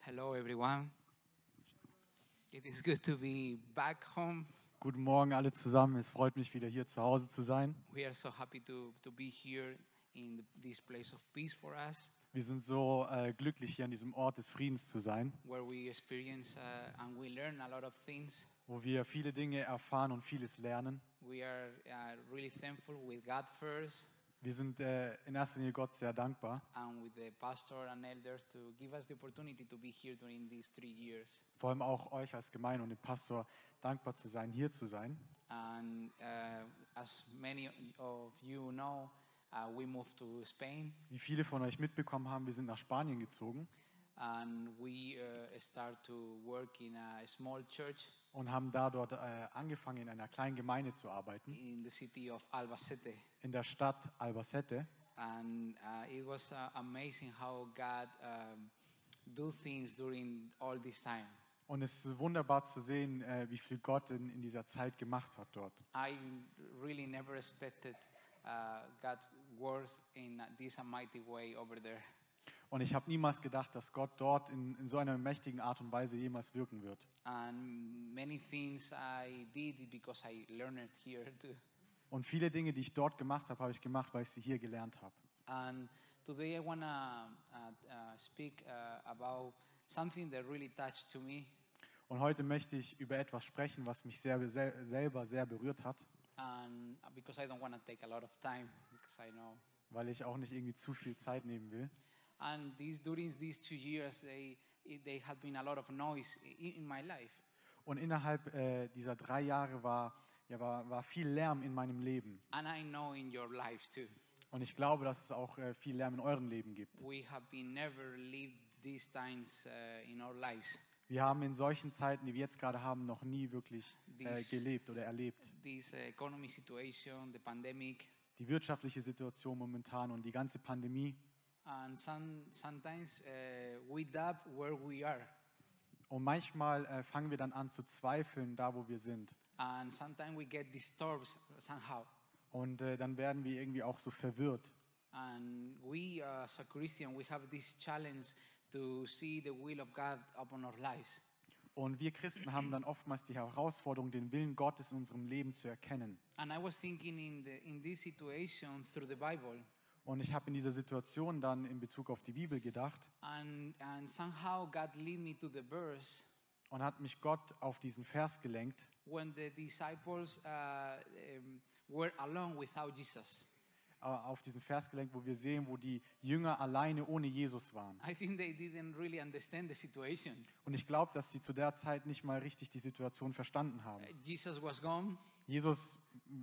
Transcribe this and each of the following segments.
Hello, everyone. It is good to be back home. Guten Morgen alle zusammen. Es freut mich wieder hier zu Hause zu sein. We are so happy to, to be here in this place of peace for us, Wir sind so äh, glücklich, hier an diesem Ort des Friedens zu sein, where we experience uh, and we learn a lot of things. wo wir viele Dinge erfahren und vieles lernen. We are uh, really thankful with God first Wir sind äh, in erster Linie Gott sehr dankbar, and with the pastor and elders to give us the opportunity to be here during these three years. vor allem auch euch als Gemeinde und dem Pastor dankbar zu sein, hier zu sein. And uh, as many of you know, uh, we moved to Spain Wie viele von euch mitbekommen haben, wir sind nach Spanien gezogen and we uh, start to work in a small church und haben da dort äh, angefangen, in einer kleinen Gemeinde zu arbeiten, in the city of Albacete. in der Stadt Albacete. And uh, it was uh, amazing how God um, do things during all this time. Und es ist wunderbar zu sehen, äh, wie viel Gott in, in dieser Zeit gemacht hat dort. I really never expected uh, God works in this mighty way over there. Und ich habe niemals gedacht, dass Gott dort in, in so einer mächtigen Art und Weise jemals wirken wird. And many things I did because I learned it here too. Und viele Dinge, die ich dort gemacht habe, habe ich gemacht, weil ich sie hier gelernt habe. And today I want to uh, uh, speak uh, about something that really touched to me. Und heute möchte ich über etwas sprechen, was mich sehr, sehr, selber sehr berührt hat, And uh, because I don't want to take a lot of time, because I know. weil ich auch nicht irgendwie zu viel Zeit nehmen will. And these during these two years, they it- they had been a lot of noise in, in my life. Und innerhalb äh, dieser drei Jahre war, ja, war, war viel Lärm in meinem Leben. And I know in your lives too. Und ich glaube, dass es auch äh, viel Lärm in eurem Leben gibt. We have been never lived these times uh, in our lives. Wir haben in solchen Zeiten, die wir jetzt gerade haben, noch nie wirklich äh, Dies- gelebt oder erlebt. This uh, economy situation, the pandemic, Die wirtschaftliche Situation momentan und die ganze Pandemie. and some sometimes uh, we doubt where we are, Und manchmal äh, fangen wir dann an zu zweifeln, da wo wir sind. and sometimes we get disturbed somehow. Und äh, dann werden wir irgendwie auch so verwirrt. And we, uh, as a Christian, we have this challenge to see the will of God upon our lives. Und wir Christen haben dann oftmals die Herausforderung, den Willen Gottes in unserem Leben zu erkennen. And I was thinking in, the, in this situation through the Bible, Und ich habe in dieser Situation dann in Bezug auf die Bibel gedacht and, and somehow God led me to the verse und hat mich Gott auf diesen Vers gelenkt, when the disciples uh, um, were alone without Jesus. äh, auf diesen Vers gelenkt, wo wir sehen, wo die Jünger alleine ohne Jesus waren. I think they didn't really understand the situation. Und ich glaube, dass sie zu der Zeit nicht mal richtig die Situation verstanden haben. Uh, Jesus was gone. Jesus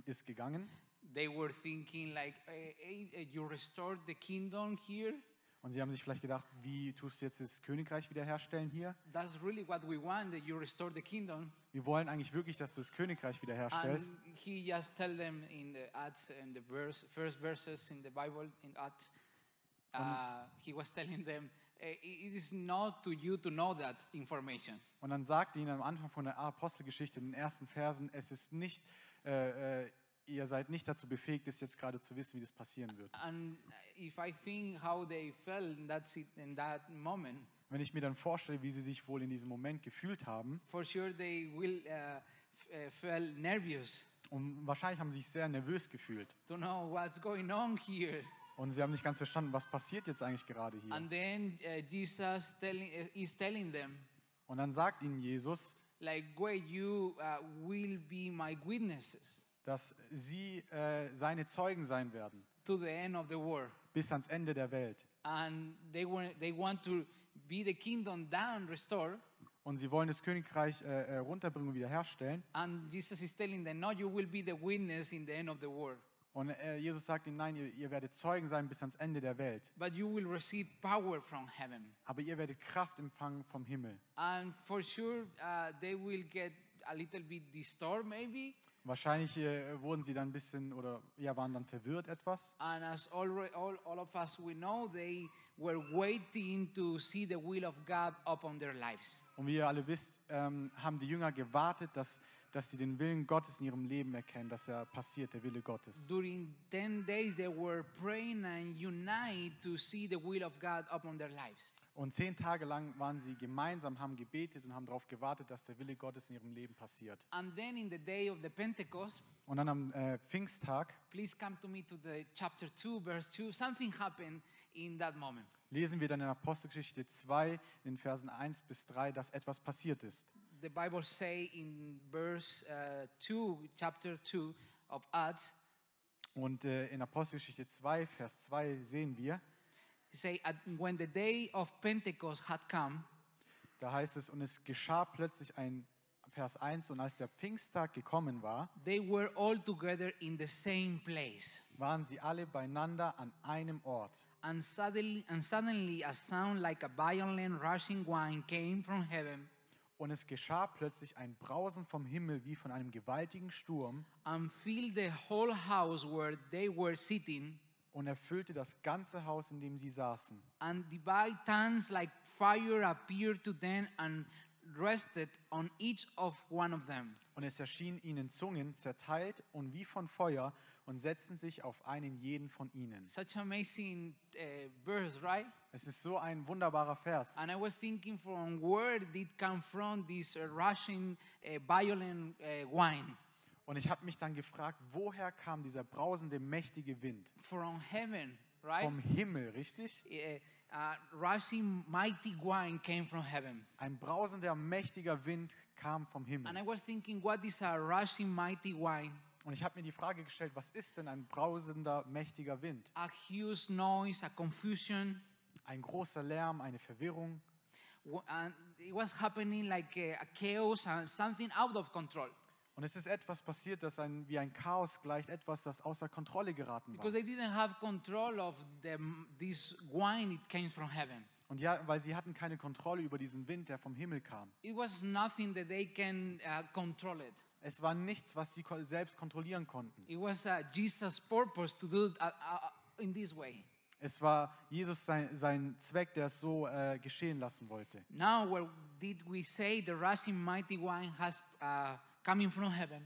ist gegangen They were thinking like, eh, eh, eh, "You restored the kingdom here. und sie haben sich vielleicht gedacht, wie tust du jetzt das Königreich wiederherstellen hier? That's really what we want. That you restore the kingdom." Wir wollen eigentlich wirklich, dass du das Königreich And wiederherstellst. he just tell them in the Acts and the verse, first verses in the Bible in Acts, uh, he was telling them, "Eh, it is not to you to know that information. Und dann sagt ihnen am Anfang von der Apostelgeschichte in den ersten Versen, es ist nicht, äh, äh, ihr seid nicht dazu befähigt, es jetzt gerade zu wissen, wie das passieren wird. And if I think how they felt in that, sit- in that moment, Wenn ich mir dann vorstelle, wie sie sich wohl in diesem Moment gefühlt haben, for sure they will uh, f- uh, feel nervous und wahrscheinlich haben sie sich sehr nervös gefühlt. to know what's going on here. Und sie haben nicht ganz verstanden, was passiert jetzt eigentlich gerade hier. And then uh, Jesus telling, eh, is telling them, Und dann sagt ihnen Jesus, like, wait, you uh, will be my witnesses. dass sie äh, seine Zeugen sein werden, to the end of the war bis ans Ende der Welt. and they were they want to be the kingdom down restored Und sie wollen das Königreich äh, äh, runterbringen und wiederherstellen. and jesus is telling them no you will be the witness in the end of the war Und äh, Jesus sagt ihnen, nein, ihr, ihr werdet Zeugen sein bis ans Ende der Welt. but you will receive power from heaven Aber ihr werdet Kraft empfangen vom Himmel. and for sure uh, they will get a little bit disturbed maybe Wahrscheinlich äh, wurden sie dann ein bisschen oder ja, waren dann verwirrt etwas. and as alre all, all of us we know they were waiting to see the will of god upon their lives Und wie ihr alle wisst, ähm, haben die Jünger gewartet, dass, dass sie den Willen Gottes in ihrem Leben erkennen, dass er passiert, der Wille Gottes. During 10 days, they were praying and unite to see the will of God upon their lives. Und zehn Tage lang waren sie gemeinsam, haben gebetet und haben darauf gewartet, dass der Wille Gottes in ihrem Leben passiert. And then in the day of the Pentecost, Und dann am äh, Pfingsttag please come to me to the chapter 2, verse 2. Something happened in that moment. lesen wir dann in Apostelgeschichte 2, in den Versen 1 bis 3, dass etwas passiert ist. The Bible say in verse uh, 2, chapter 2 of Acts, Und äh, in Apostelgeschichte 2, Vers 2 sehen wir, it say, "At- when the day of Pentecost had come, da heißt es, und es geschah plötzlich ein Vers 1, und als der Pfingsttag gekommen war, they were all together in the same place. waren sie alle beieinander an einem Ort. And suddenly, and suddenly a sound like a violent rushing wind came from heaven Und es geschah plötzlich ein Brausen vom Himmel wie von einem gewaltigen Sturm and filled the whole house where they were sitting und erfüllte das ganze Haus, in dem sie saßen. and divine tongues like fire appeared to them and rested on each of one of them. Und es erschienen ihnen Zungen zerteilt und wie von Feuer und setzten sich auf einen jeden von ihnen. Such amazing uh, verse, right? Es ist so ein wunderbarer Vers. And I was thinking from where did come from this uh, rushing, uh, violent uh, wine Und ich habe mich dann gefragt, woher kam dieser brausende, mächtige Wind? from heaven, right? Vom Himmel, richtig? Eh, uh, rushing mighty wine came from heaven. Ein brausender, mächtiger Wind kam vom And I Himmel. was thinking, what is a rushing mighty wine? Und ich habe mir die Frage gestellt, was ist denn ein brausender, mächtiger Wind? A huge noise, a confusion. Ein großer Lärm, eine Verwirrung. w- And it was happening like a, a chaos and something out of control. Und es ist etwas passiert, das ein, wie ein Chaos gleicht, etwas, das außer Kontrolle geraten war. Because they didn't have control of the, this wine, it came from heaven. Und ja, weil sie hatten keine Kontrolle über diesen Wind, der vom Himmel kam. It was nothing that they can uh, control it. Es war nichts, was sie ko- selbst kontrollieren konnten. It was uh, Jesus' purpose to do it uh, uh, in this way. Es war Jesus sein, sein Zweck, der es so äh, geschehen lassen wollte. Now, where did we say the rushing mighty wine has uh, coming from heaven?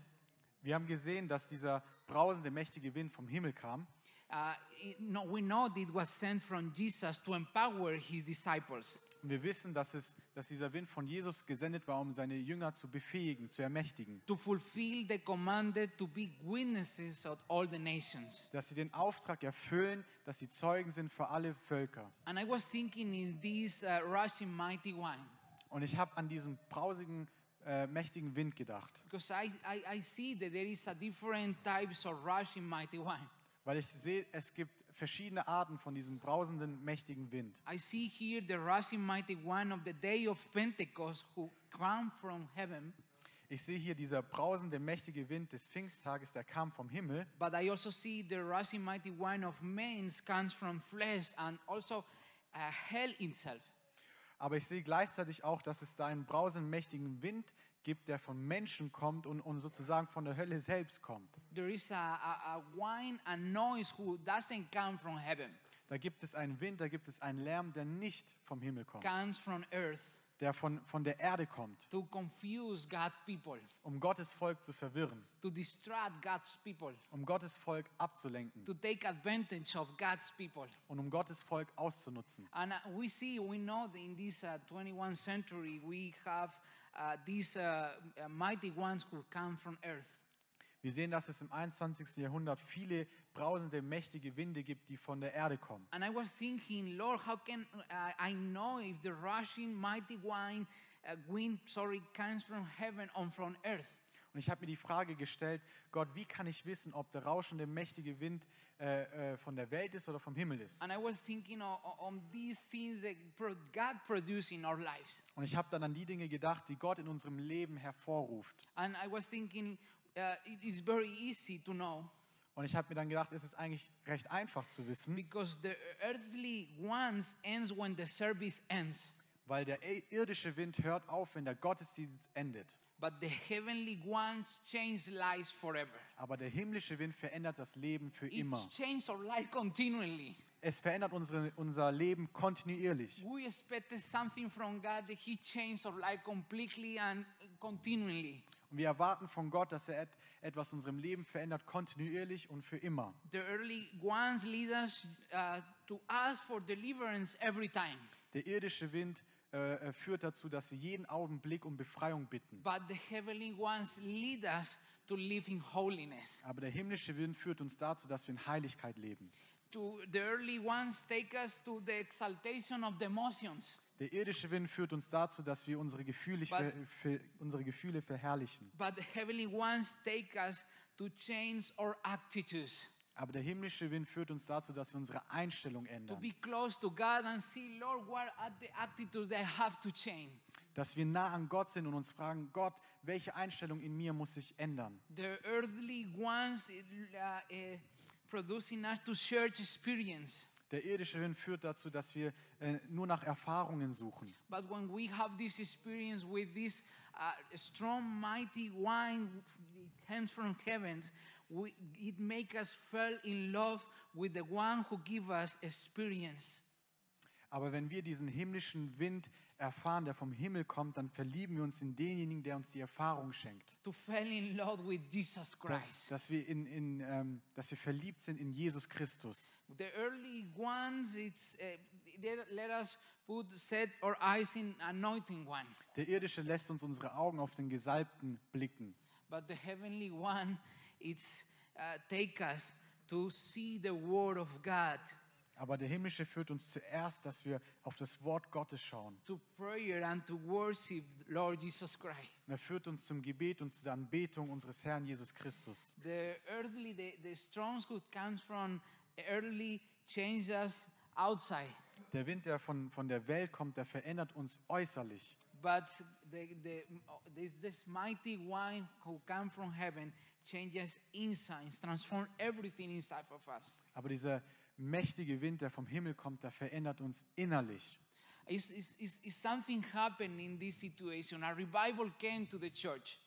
Wir haben gesehen, dass dieser brausende, mächtige Wind vom Himmel kam. Uh, it- no, we know that it was sent from Jesus to empower his disciples. Und wir wissen, dass, es, dass dieser Wind von Jesus gesendet war, um seine Jünger zu befähigen, zu ermächtigen. to fulfill the command to be witnesses of all the nations. Dass sie den Auftrag erfüllen, dass sie Zeugen sind für alle Völker. And I was thinking in this uh, rushing mighty wine, Und ich habe an diesen brausigen, äh, mächtigen Wind gedacht, because I, I, I see that there is a different types of rushing mighty wine. weil ich sehe, es gibt verschiedene Arten von diesem brausenden, mächtigen Wind. I see here the rushing mighty wine of the day of Pentecost who come from heaven, Ich sehe hier dieser brausende, mächtige Wind des Pfingsttages, der kam vom Himmel. but I also see the rushing mighty wine of men comes from flesh and also uh, hell itself. Aber ich sehe gleichzeitig auch, dass es da einen brausenden, mächtigen Wind gibt, der von Menschen kommt und, und sozusagen von der Hölle selbst kommt. There is a, a, a wine and noise who doesn't come from heaven. Da gibt es einen Wind, da gibt es einen Lärm, der nicht vom Himmel kommt, comes from earth der von, von der Erde kommt, to confuse God's people, um Gottes Volk zu verwirren, to distract God's people, um Gottes Volk abzulenken to take advantage of God's people. und um Gottes Volk auszunutzen. And uh, we see, we know that in this uh, 21st century, we have uh, these uh, uh, mighty ones who come from earth. Wir sehen, dass es im 21. Jahrhundert viele brausende, mächtige Winde gibt, die von der Erde kommen. And I was thinking, Lord, how can uh, I know if the rushing mighty wine, uh, wind, sorry, comes from heaven or from earth? Und ich habe mir die Frage gestellt, Gott, wie kann ich wissen, ob der rauschende, mächtige Wind äh, äh, von der Welt ist oder vom Himmel ist? And I was thinking o- o- on these things that pro- God produced in our lives. Und ich habe dann an die Dinge gedacht, die Gott in unserem Leben hervorruft. And I was thinking, uh, it is very easy to know Und ich habe mir dann gedacht, es ist eigentlich recht einfach zu wissen, because the earthly ones ends when the service ends, weil der i- irdische Wind hört auf, wenn der Gottesdienst endet. but the heavenly ones change lives forever. Aber der himmlische Wind verändert das Leben für It immer. changes our life continually. Es verändert unsere, unser Leben kontinuierlich. We expected something from God that He changed our life completely and continually. Und wir erwarten von Gott, dass er et etwas in unserem Leben verändert, kontinuierlich und für immer. The early ones lead us uh, to ask for deliverance every time. Der irdische Wind äh, äh, führt dazu, dass wir jeden Augenblick um Befreiung bitten. But the heavenly ones lead us to live in holiness. Aber der himmlische Wind führt uns dazu, dass wir in Heiligkeit leben. To the early ones take us to the exaltation of the emotions. Der irdische Wind führt uns dazu, dass wir unsere Gefühle, ver ver unsere Gefühle verherrlichen. But the heavenly ones take us to change our attitudes, Aber der himmlische Wind führt uns dazu, dass wir unsere Einstellung to ändern. be close to God and see, Lord, what are the attitudes that I have to change? Dass wir nah an Gott sind und uns fragen, Gott, welche Einstellung in mir muss sich ändern? The earthly ones uh, uh, producing us to church experience. Der irdische Wind führt dazu, dass wir äh, nur nach Erfahrungen suchen. But when we have this experience with this uh, strong, mighty wine that comes from heavens, we, it makes us fall in love with the one who gives us experience. Aber wenn wir diesen himmlischen Wind erfahren, der vom Himmel kommt, dann verlieben wir uns in denjenigen, der uns die Erfahrung schenkt. To fall in love with Jesus Dass, Christ. dass, wir, in, in, ähm, dass wir verliebt sind in Jesus Christus. The early ones, it's, uh, they let us put set our eyes in anointing one, Der irdische lässt uns unsere Augen auf den Gesalbten blicken. but the heavenly one, it's uh, take us to see the word of God, Aber der himmlische führt uns zuerst, dass wir auf das Wort Gottes schauen. to prayer and to worship Lord Jesus Christ. Und er führt uns zum Gebet und zu der Anbetung unseres Herrn Jesus Christus. The earthly, the, the storms who comes from early change us outside, Der Wind, der von, von der Welt kommt, der verändert uns äußerlich. but the, the, this, this mighty one who comes from heaven changes insides, transforms everything inside of us. Aber dieser mächtige Wind, der vom Himmel kommt, der verändert uns innerlich. Is, is, is, is something happened in this situation? A revival came to the church.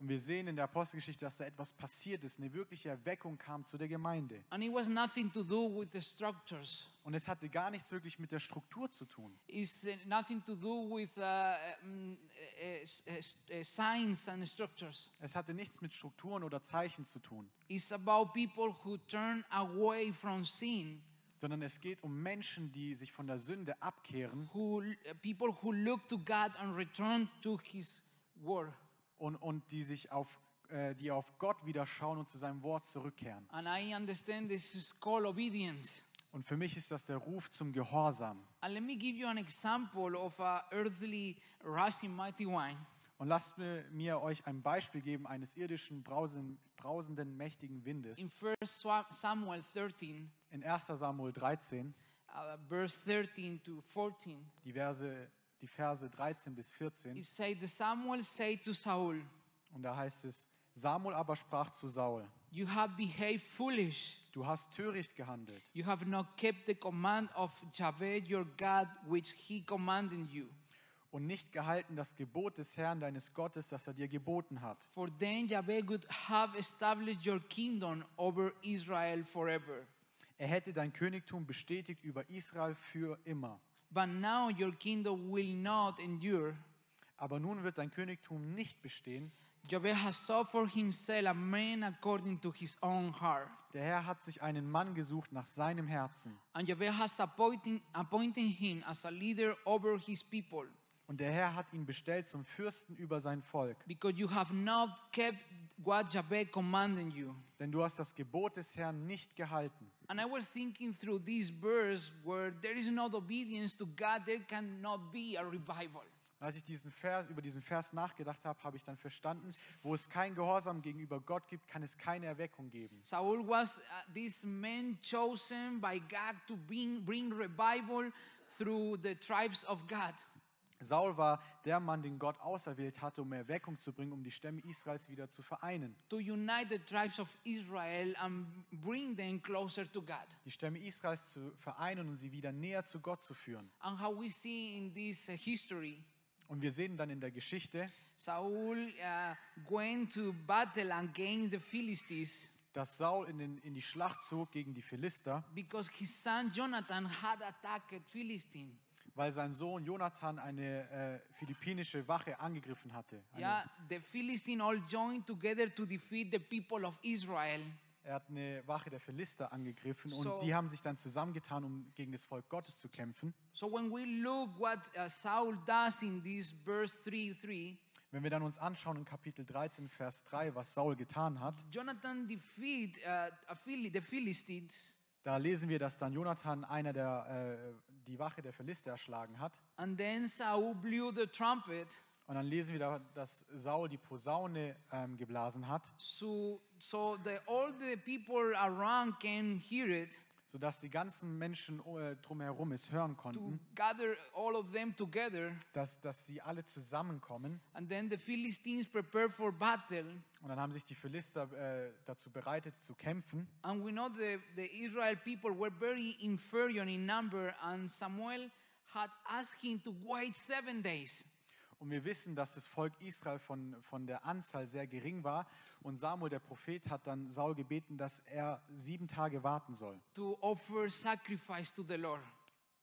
Und wir sehen in der Apostelgeschichte, dass da etwas passiert ist. Eine wirkliche Erweckung kam zu der Gemeinde. And it was nothing to do with the structures. Und es hatte gar nichts wirklich mit der Struktur zu tun. It's uh, nothing to do with uh, um, uh, s- uh, s- uh, signs and structures. Es hatte nichts mit Strukturen oder Zeichen zu tun, It's about people who turn away from sin, sondern es geht um Menschen, die sich von der Sünde abkehren who uh, people who look to God and return to His Word. und, und die sich auf, äh, die auf Gott wieder schauen und zu seinem Wort zurückkehren. And I understand this is called obedience. Und für mich ist das der Ruf zum Gehorsam. And let me give you an example of a earthly rushing mighty wine. Und lasst mir, mir euch ein Beispiel geben eines irdischen, brausen, brausenden, mächtigen Windes. In First Swa- Samuel 13, In 1 Samuel 13, uh, verse 13 to 14, die Verse, die Verse 13 bis 14, it says, "The Samuel said to Saul, und da heißt es, Samuel aber sprach zu Saul, You have behaved foolish. du hast töricht gehandelt. You have not kept the command of Jahweh your God, which he commanded you. und nicht gehalten das Gebot des Herrn deines Gottes, das er dir geboten hat. For then Jahweh would have established your kingdom over Israel forever. Er hätte dein Königtum bestätigt über Israel für immer. But now your kingdom will not endure. Aber nun wird dein Königtum nicht bestehen. Jahweh has sought for himself a man according to his own heart. Der Herr hat sich einen Mann gesucht nach seinem Herzen. And Jahweh has appointed, appointed him as a leader over his people, Und der Herr hat ihn bestellt zum Fürsten über sein Volk. because you have not kept what Jahweh commanded you. Denn du hast das Gebot des Herrn nicht gehalten. And I was thinking through this verse where there is not obedience to God, there cannot be a revival. Und als ich diesen Vers, über diesen Vers nachgedacht habe, habe ich dann verstanden, wo es kein Gehorsam gegenüber Gott gibt, kann es keine Erweckung geben. Saul was uh, this man chosen by God to bring, bring revival through the tribes of God. Saul war der Mann, den Gott auserwählt hatte, um Erweckung zu bringen, um die Stämme Israels wieder zu vereinen. To unite the tribes of Israel and bring them closer to God. Die Stämme Israels zu vereinen und sie wieder näher zu Gott zu führen. And how we see in this uh, history, Und wir sehen dann in der Geschichte, Saul uh, went to battle against the Philistines, dass Saul in, den, in die Schlacht zog gegen die Philister, because his son Jonathan had attacked Philistine. weil sein Sohn Jonathan eine äh, philippinische Wache angegriffen hatte. Eine, Yeah, the Philistine all joined together to defeat the people of Israel. Er hat eine Wache der Philister angegriffen So- und die haben sich dann zusammengetan, um gegen das Volk Gottes zu kämpfen. So when we look what uh, Saul does in this verse 3 3, Wenn wir dann uns anschauen in Kapitel 13, Vers 3, was Saul getan hat, Jonathan defeat uh, a Phili- the Philistines, da lesen wir, dass dann Jonathan einer der äh, die Wache der Philister erschlagen hat. and then Saul blew the trumpet. Und dann lesen wir, da, dass Saul die Posaune ähm, geblasen hat, So, so the, all the people around can hear it sodass die ganzen Menschen äh, drumherum es hören to konnten, gather all of them together. dass, dass sie alle zusammenkommen. And then the Philistines prepare for battle. Und dann haben sich die Philister äh, dazu bereitet zu kämpfen. And we know the, the Israel people were very inferior in number, and Samuel had asked him to wait seven days. Und wir wissen, dass das Volk Israel von, von der Anzahl sehr gering war. Und Samuel, der Prophet, hat dann Saul gebeten, dass er sieben Tage warten soll. to offer sacrifice to the Lord.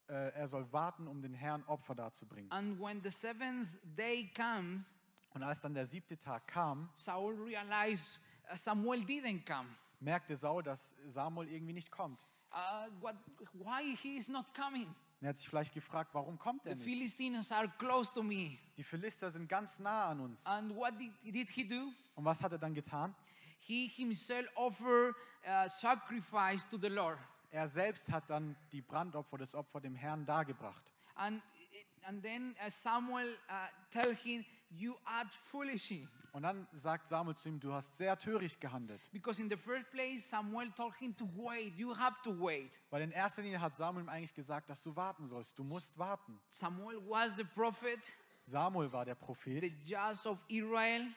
Äh, er soll warten, um den Herrn Opfer darzubringen. And when the seventh day comes, Und als dann der siebte Tag kam, Saul realized uh, Samuel didn't come. merkte Saul, dass Samuel irgendwie nicht kommt. Uh, what, why he is not coming? Und er hat sich vielleicht gefragt, warum kommt er The nicht? Philistines are close to me. Die Philister sind ganz nah an uns. And what did, did he do? Und was hat er dann getan? He himself offered uh, sacrifice to the Lord. Er selbst hat dann die Brandopfer, das Opfer dem Herrn dargebracht. And, and then uh, Samuel uh, tell him, you act foolishly. Und dann sagt Samuel zu ihm, du hast sehr töricht gehandelt. Because in the first place, Samuel told him to wait. You have to wait. Weil in erster Linie hat Samuel ihm eigentlich gesagt, dass du warten sollst. Du musst warten. Samuel was the prophet. Samuel war der the Prophet, judge of Israel.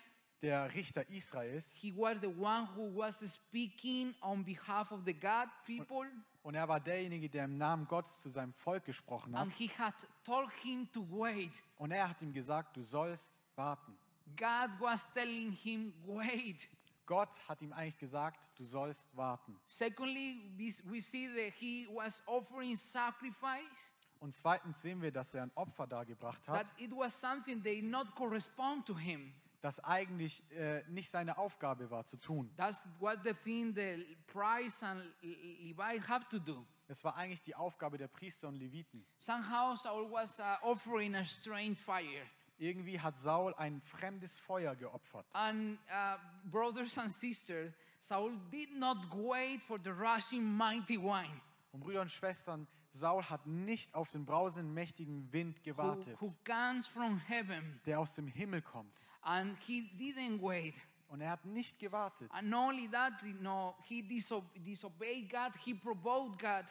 der Richter Israels. He was the one who was speaking on behalf of the God people, Und er war derjenige, der im Namen Gottes zu seinem Volk gesprochen hat. and he had told him to wait. Und er hat ihm gesagt, du sollst warten. God was telling him, wait. Gott hat ihm eigentlich gesagt, du sollst warten. Secondly, we, we see that he was offering sacrifice, Und zweitens sehen wir, dass er ein Opfer dargebracht that hat, it was something that did not correspond to him. das eigentlich äh, nicht seine Aufgabe war zu tun. That's what the thing the priest and Levi have to do. Es war eigentlich die Aufgabe der Priester und Leviten. Somehow Saul was uh, offering a strange fire. Irgendwie hat Saul ein fremdes Feuer geopfert. And uh, brothers and sisters, Saul did not wait for the rushing mighty wine Und Brüder und Schwestern, Saul hat nicht auf den brausenden, mächtigen Wind who, gewartet, who comes from heaven. der aus dem Himmel kommt. And he didn't wait. Und er hat nicht gewartet. And not only that, you know, he diso- disobeyed God, he provoked God.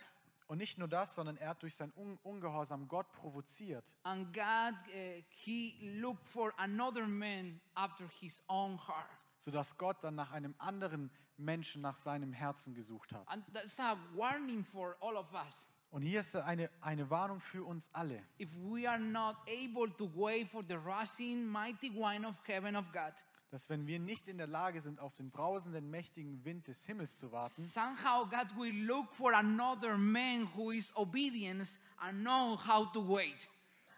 Und nicht nur das, sondern er hat durch sein Un Ungehorsam Gott provoziert. And God, uh, he looked for another man after his own heart. sodass Gott dann nach einem anderen Menschen nach seinem Herzen gesucht hat. And that's a warning for all of us. Und hier ist eine, eine Warnung für uns alle. If we are not able to wait for the rushing mighty wine of heaven of God, Dass wenn wir nicht in der Lage sind, auf den brausenden, mächtigen Wind des Himmels zu warten, Somehow God will look for another man who is obedient and know how to wait.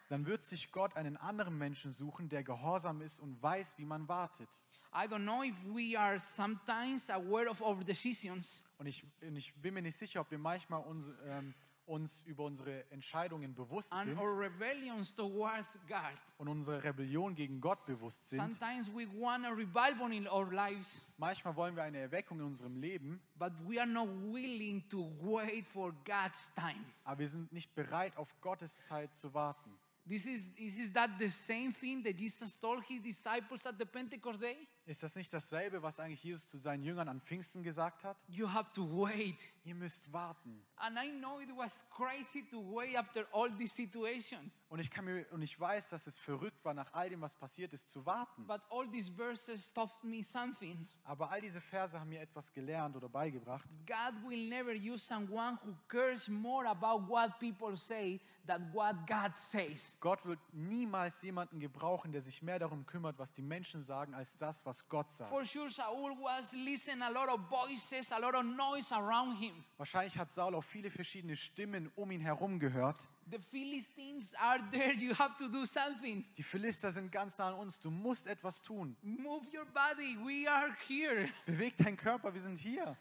dann wird sich Gott einen anderen Menschen suchen, der gehorsam ist und weiß, wie man wartet. I don't know if we are sometimes aware of our decisions, Und ich, und ich bin mir nicht sicher, ob wir manchmal uns, ähm, uns über unsere Entscheidungen bewusst and sind our rebellions toward God. und unsere Rebellion gegen Gott bewusst sind. Sometimes we want a revival in our lives, Manchmal wollen wir eine Erweckung in unserem Leben, but we are not willing to wait for God's time. aber wir sind nicht bereit, auf Gottes Zeit zu warten. This is, this is that the same thing that Jesus told his disciples at the Pentecost day? Ist das nicht dasselbe, was eigentlich Jesus zu seinen Jüngern an Pfingsten gesagt hat? You have to wait. Ihr müsst warten. And I know it was crazy to wait after all this situation. Und ich, kann mir, und ich weiß, dass es verrückt war, nach all dem, was passiert ist, zu warten. But all these verses taught me something. Aber all diese Verse haben mir etwas gelernt oder beigebracht. God will never use someone who cares more about what people say than what God says. Gott wird niemals jemanden gebrauchen, der sich mehr darum kümmert, was die Menschen sagen, als das, was Gott sagt. For sure, Saul was listening a lot of voices, a lot of noise around him. Wahrscheinlich hat Saul auch viele verschiedene Stimmen um ihn herum gehört. The Philistines are there. You have to do something. Die Philister sind ganz nah an uns. Du musst etwas tun. Move your body. We are here. Beweg deinen Körper, wir sind hier.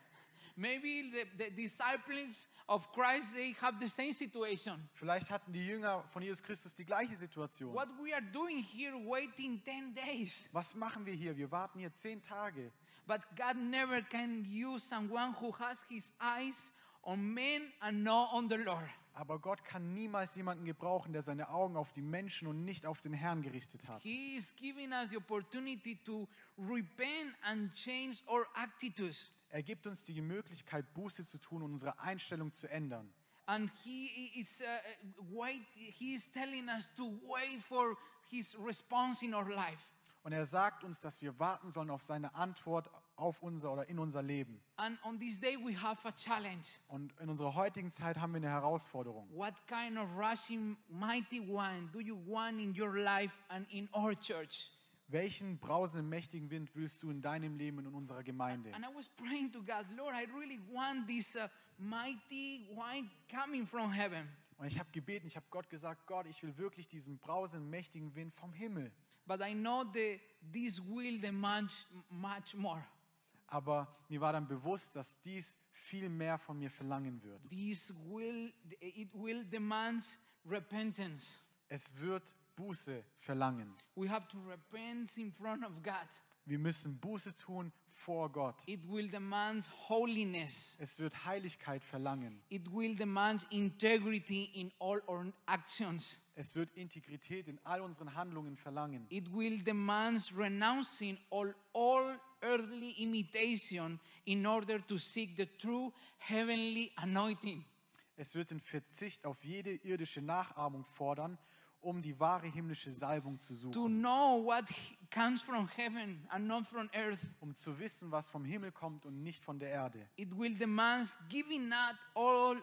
Maybe the, the disciples of Christ they have the same situation. Vielleicht hatten die Jünger von Jesus Christus die gleiche Situation. What we are doing here, waiting ten days, Was machen wir hier? Wir warten hier zehn Tage. but God never can use someone who has his eyes on men and not on the Lord. Aber Gott kann niemals jemanden gebrauchen, der seine Augen auf die Menschen und nicht auf den Herrn gerichtet hat. He is giving us the opportunity to repent and change our attitudes. Er gibt uns die Möglichkeit, Buße zu tun und unsere Einstellung zu ändern. And he i- is uh, wait. He is telling us to wait for his response in our life. Und er sagt uns, dass wir warten sollen auf seine Antwort auf unser oder in unser Leben. And on this day, we have a challenge. Und in unserer heutigen Zeit haben wir eine Herausforderung. What kind of rushing mighty wine do you want in your life and in our church? Welchen brausenden, mächtigen Wind willst du in deinem Leben und in unserer Gemeinde? And I was praying to God, Lord, I really want this uh, mighty wine coming from heaven. Und ich habe gebeten, ich habe Gott gesagt, Gott, ich will wirklich diesen brausenden, mächtigen Wind vom Himmel. But I know that this will demand much more. Aber mir war dann bewusst, dass dies viel mehr von mir verlangen wird. This will it will demand repentance. Es wird Buße verlangen. We have to repent in front of God. Wir müssen Buße tun vor Gott. It will demand holiness. Es wird Heiligkeit verlangen. It will demand integrity in all our actions. Es wird Integrität in all unseren Handlungen verlangen. It will demand renouncing all, all earthly imitation in order to seek the true heavenly anointing. Es wird den Verzicht auf jede irdische Nachahmung fordern, um die wahre himmlische Salbung zu To suchen, know what he- comes from heaven and not from earth, um zu wissen, was vom Himmel kommt und nicht von der Erde. it will demand giving up all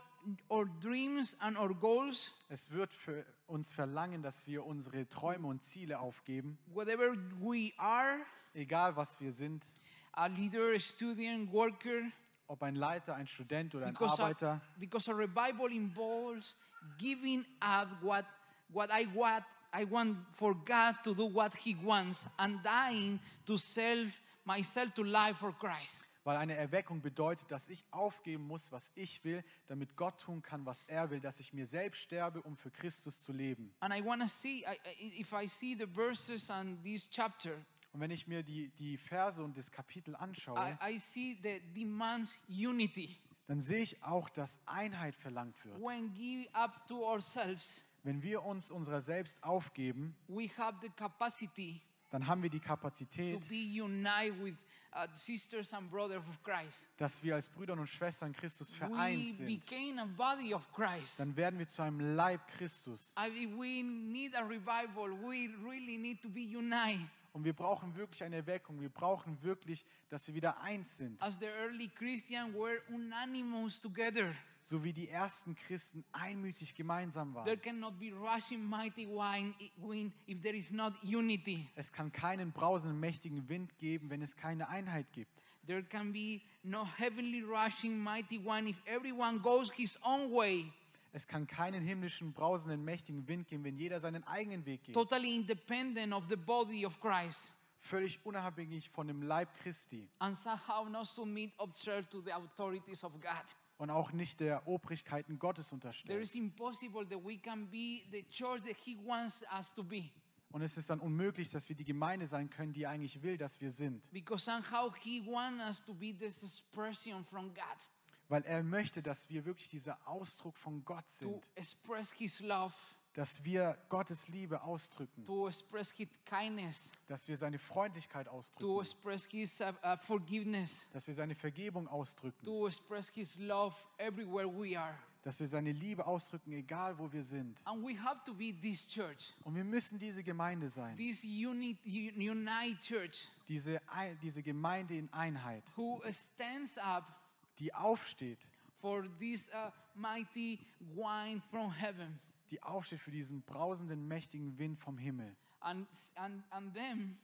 our dreams and our goals, Es wird für uns verlangen, dass wir unsere Träume und Ziele aufgeben, whatever we are egal was wir sind, a leader, a student, worker. ob ein Leiter, ein Student oder ein Because a, Arbeiter. because a revival involves giving up what, what I want. I want for God to do what He wants and dying to self myself to life for Christ. Weil eine Erweckung bedeutet, dass ich aufgeben muss, was ich will, damit Gott tun kann, was er will, dass ich mir selbst sterbe, um für Christus zu leben. And I want to see I, I- if I see the verses and this chapter, Und wenn ich mir die, die Verse und das Kapitel anschaue, I, I see the demands unity dann sehe ich auch, dass Einheit verlangt wird. when give up to ourselves. Wenn wir uns unserer selbst aufgeben, We have the capacity dann haben wir die to Kapazität, be united with uh, sisters and brothers of Christ. dass wir als Brüder und Schwestern Christus we vereint sind. became a body of Christ. Dann werden wir zu einem Leib Christus. I mean, we need a revival. We really need to be united. Und wir brauchen wirklich eine Erweckung. Wir brauchen wirklich, dass wir wieder eins sind. As the early Christians were unanimous together, So wie die ersten Christen einmütig gemeinsam there waren. cannot be rushing mighty wine i- wind if there is not unity. Es kann keinen brausenden, mächtigen Wind geben, wenn es keine Einheit gibt. There can be no heavenly rushing mighty wine if everyone goes his own way, Es kann keinen himmlischen, brausenden, mächtigen Wind geben, wenn jeder seinen eigenen Weg geht. totally independent of the body of Christ, Völlig unabhängig von dem Leib Christi and somehow not submit observe to the authorities of God. und auch nicht der Obrigkeiten Gottes There unterstellt. is impossible that we can be the church that He wants us to be. Und es ist dann unmöglich, dass wir die Gemeinde sein können, die er eigentlich will, dass wir sind. Because somehow He wants us to be this expression from God, Weil er möchte, dass wir wirklich dieser Ausdruck von Gott to sind. express His love, Dass wir Gottes Liebe ausdrücken. to express His kindness, Dass wir seine Freundlichkeit to ausdrücken. express His uh, uh, forgiveness, Dass wir seine Vergebung ausdrücken. to express His love everywhere we are. dass wir seine Liebe ausdrücken, egal wo wir sind. And we have to be this church, Und wir müssen diese Gemeinde sein, this unit, un- unite church diese, Ei- diese Gemeinde in Einheit, who stands up die aufsteht, for this uh, mighty wine from heaven. die aufsteht für diesen brausenden, mächtigen Wind vom Himmel. And, and, and them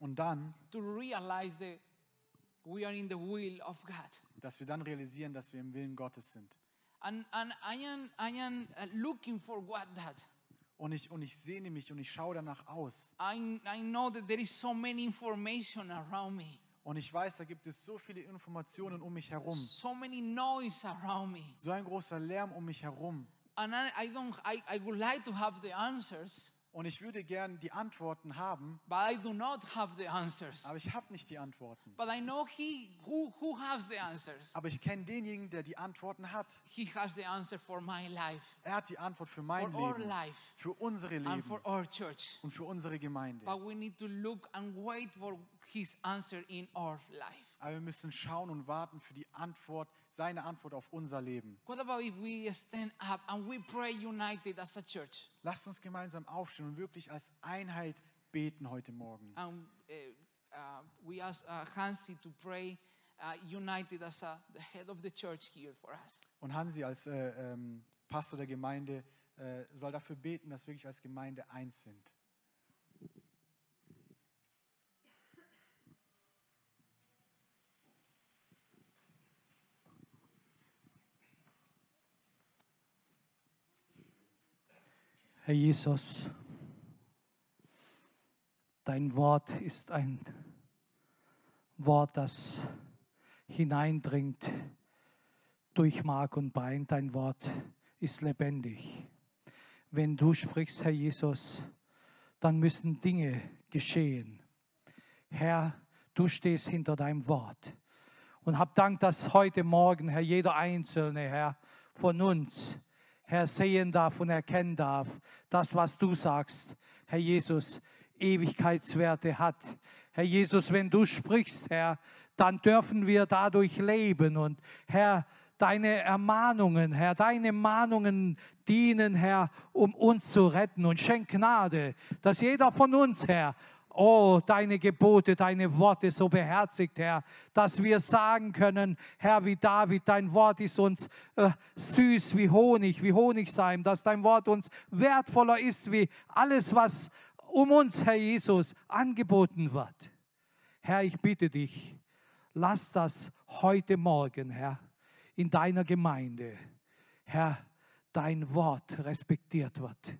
Und dann, to realize that we are in the will of God. dass wir dann realisieren, dass wir im Willen Gottes sind. And, and I am, I am uh, looking for what that. Und ich, und ich sehne mich und ich schaue danach aus. I, I know that there is so many information around me, Und ich weiß, da gibt es so viele Informationen um mich herum, so many noise around me. so ein großer Lärm um mich herum. And I, I don't, I, I would like to have the answers, Und ich würde gern die Antworten haben, but I do not have the answers. aber ich habe nicht die Antworten. But I know he who, who has the answers. Aber ich kenne denjenigen, der die Antworten hat. He has the answer for my life, Er hat die Antwort für for mein our Leben, life, für unsere and Leben for our church. und für unsere Gemeinde. But we need to look and wait for his answer in our life. Aber wir müssen schauen und warten für die Antwort, seine Antwort auf unser Leben. What about if we stand up and we pray united as a church Lasst uns gemeinsam aufstehen und wirklich als Einheit beten heute Morgen. and uh, uh, we ask uh, Hansi to pray uh, united as a, the head of the church here for us? Und Hansi als äh, ähm, Pastor der Gemeinde äh, soll dafür beten, dass wir wirklich als Gemeinde eins sind. Herr Jesus, dein Wort ist ein Wort, das hineindringt durch Mark und Bein. Dein Wort ist lebendig. Wenn du sprichst, Herr Jesus, dann müssen Dinge geschehen. Herr, du stehst hinter deinem Wort. Und hab Dank, dass heute Morgen, Herr, jeder Einzelne, Herr, von uns, Herr, sehen darf und erkennen darf, das, was du sagst, Herr Jesus, Ewigkeitswerte hat. Herr Jesus, wenn du sprichst, Herr, dann dürfen wir dadurch leben. Und Herr, deine Ermahnungen, Herr, deine Mahnungen dienen, Herr, um uns zu retten. Und schenk Gnade, dass jeder von uns, Herr, Oh, deine Gebote, deine Worte so beherzigt, Herr, dass wir sagen können, Herr, wie David, dein Wort ist uns äh, süß wie Honig, wie Honigseim, dass dein Wort uns wertvoller ist wie alles, was um uns, Herr Jesus, angeboten wird. Herr, ich bitte dich, lass das heute Morgen, Herr, in deiner Gemeinde, Herr, dein Wort respektiert wird,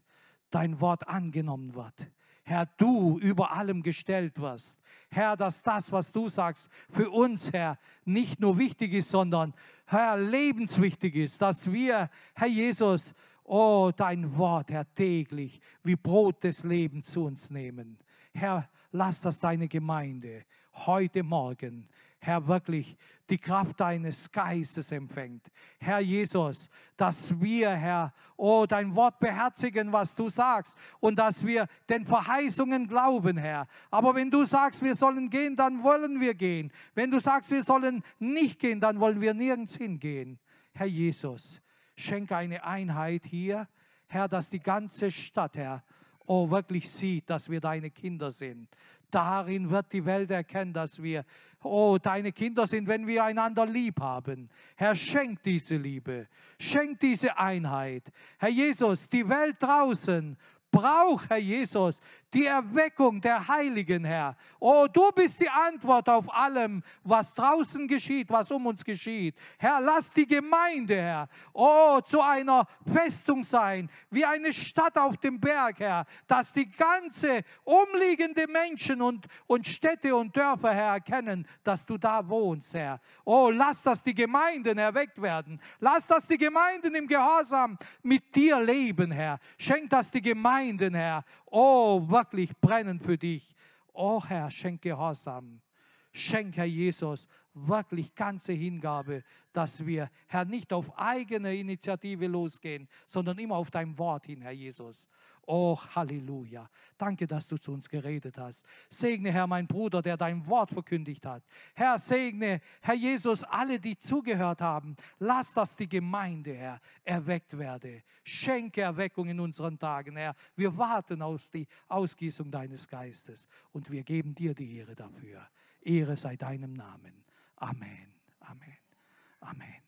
dein Wort angenommen wird. Herr, du über allem gestellt wirst. Herr, dass das, was du sagst, für uns, Herr, nicht nur wichtig ist, sondern, Herr, lebenswichtig ist, dass wir, Herr Jesus, oh, dein Wort, Herr, täglich wie Brot des Lebens zu uns nehmen. Herr, lass das deine Gemeinde heute Morgen, Herr, wirklich die Kraft deines Geistes empfängt. Herr Jesus, dass wir, Herr, oh, dein Wort beherzigen, was du sagst und dass wir den Verheißungen glauben, Herr. Aber wenn du sagst, wir sollen gehen, dann wollen wir gehen. Wenn du sagst, wir sollen nicht gehen, dann wollen wir nirgends hingehen. Herr Jesus, schenke eine Einheit hier, Herr, dass die ganze Stadt, Herr, oh, wirklich sieht, dass wir deine Kinder sind. Darin wird die Welt erkennen, dass wir, oh, deine Kinder sind, wenn wir einander lieb haben. Herr, schenk diese Liebe, schenk diese Einheit. Herr Jesus, die Welt draußen braucht, Herr Jesus, die Erweckung der Heiligen, Herr. Oh, du bist die Antwort auf allem, was draußen geschieht, was um uns geschieht. Herr, lass die Gemeinde, Herr, oh, zu einer Festung sein, wie eine Stadt auf dem Berg, Herr, dass die ganze umliegende Menschen und, und Städte und Dörfer, Herr, erkennen, dass du da wohnst, Herr. Oh, lass, dass die Gemeinden erweckt werden. Lass, dass die Gemeinden im Gehorsam mit dir leben, Herr. Schenk, dass die Gemeinden, Herr, oh, wirklich brennen für dich. Oh, Herr, schenk Gehorsam. Schenk, Herr Jesus, wirklich ganze Hingabe, dass wir, Herr, nicht auf eigene Initiative losgehen, sondern immer auf dein Wort hin, Herr Jesus. Oh, Halleluja. Danke, dass du zu uns geredet hast. Segne, Herr, mein Bruder, der dein Wort verkündigt hat. Herr, segne, Herr Jesus, alle, die zugehört haben. Lass, dass die Gemeinde, Herr, erweckt werde. Schenke Erweckung in unseren Tagen, Herr. Wir warten auf die Ausgießung deines Geistes und wir geben dir die Ehre dafür. Ehre sei deinem Namen. Amen. Amen. Amen.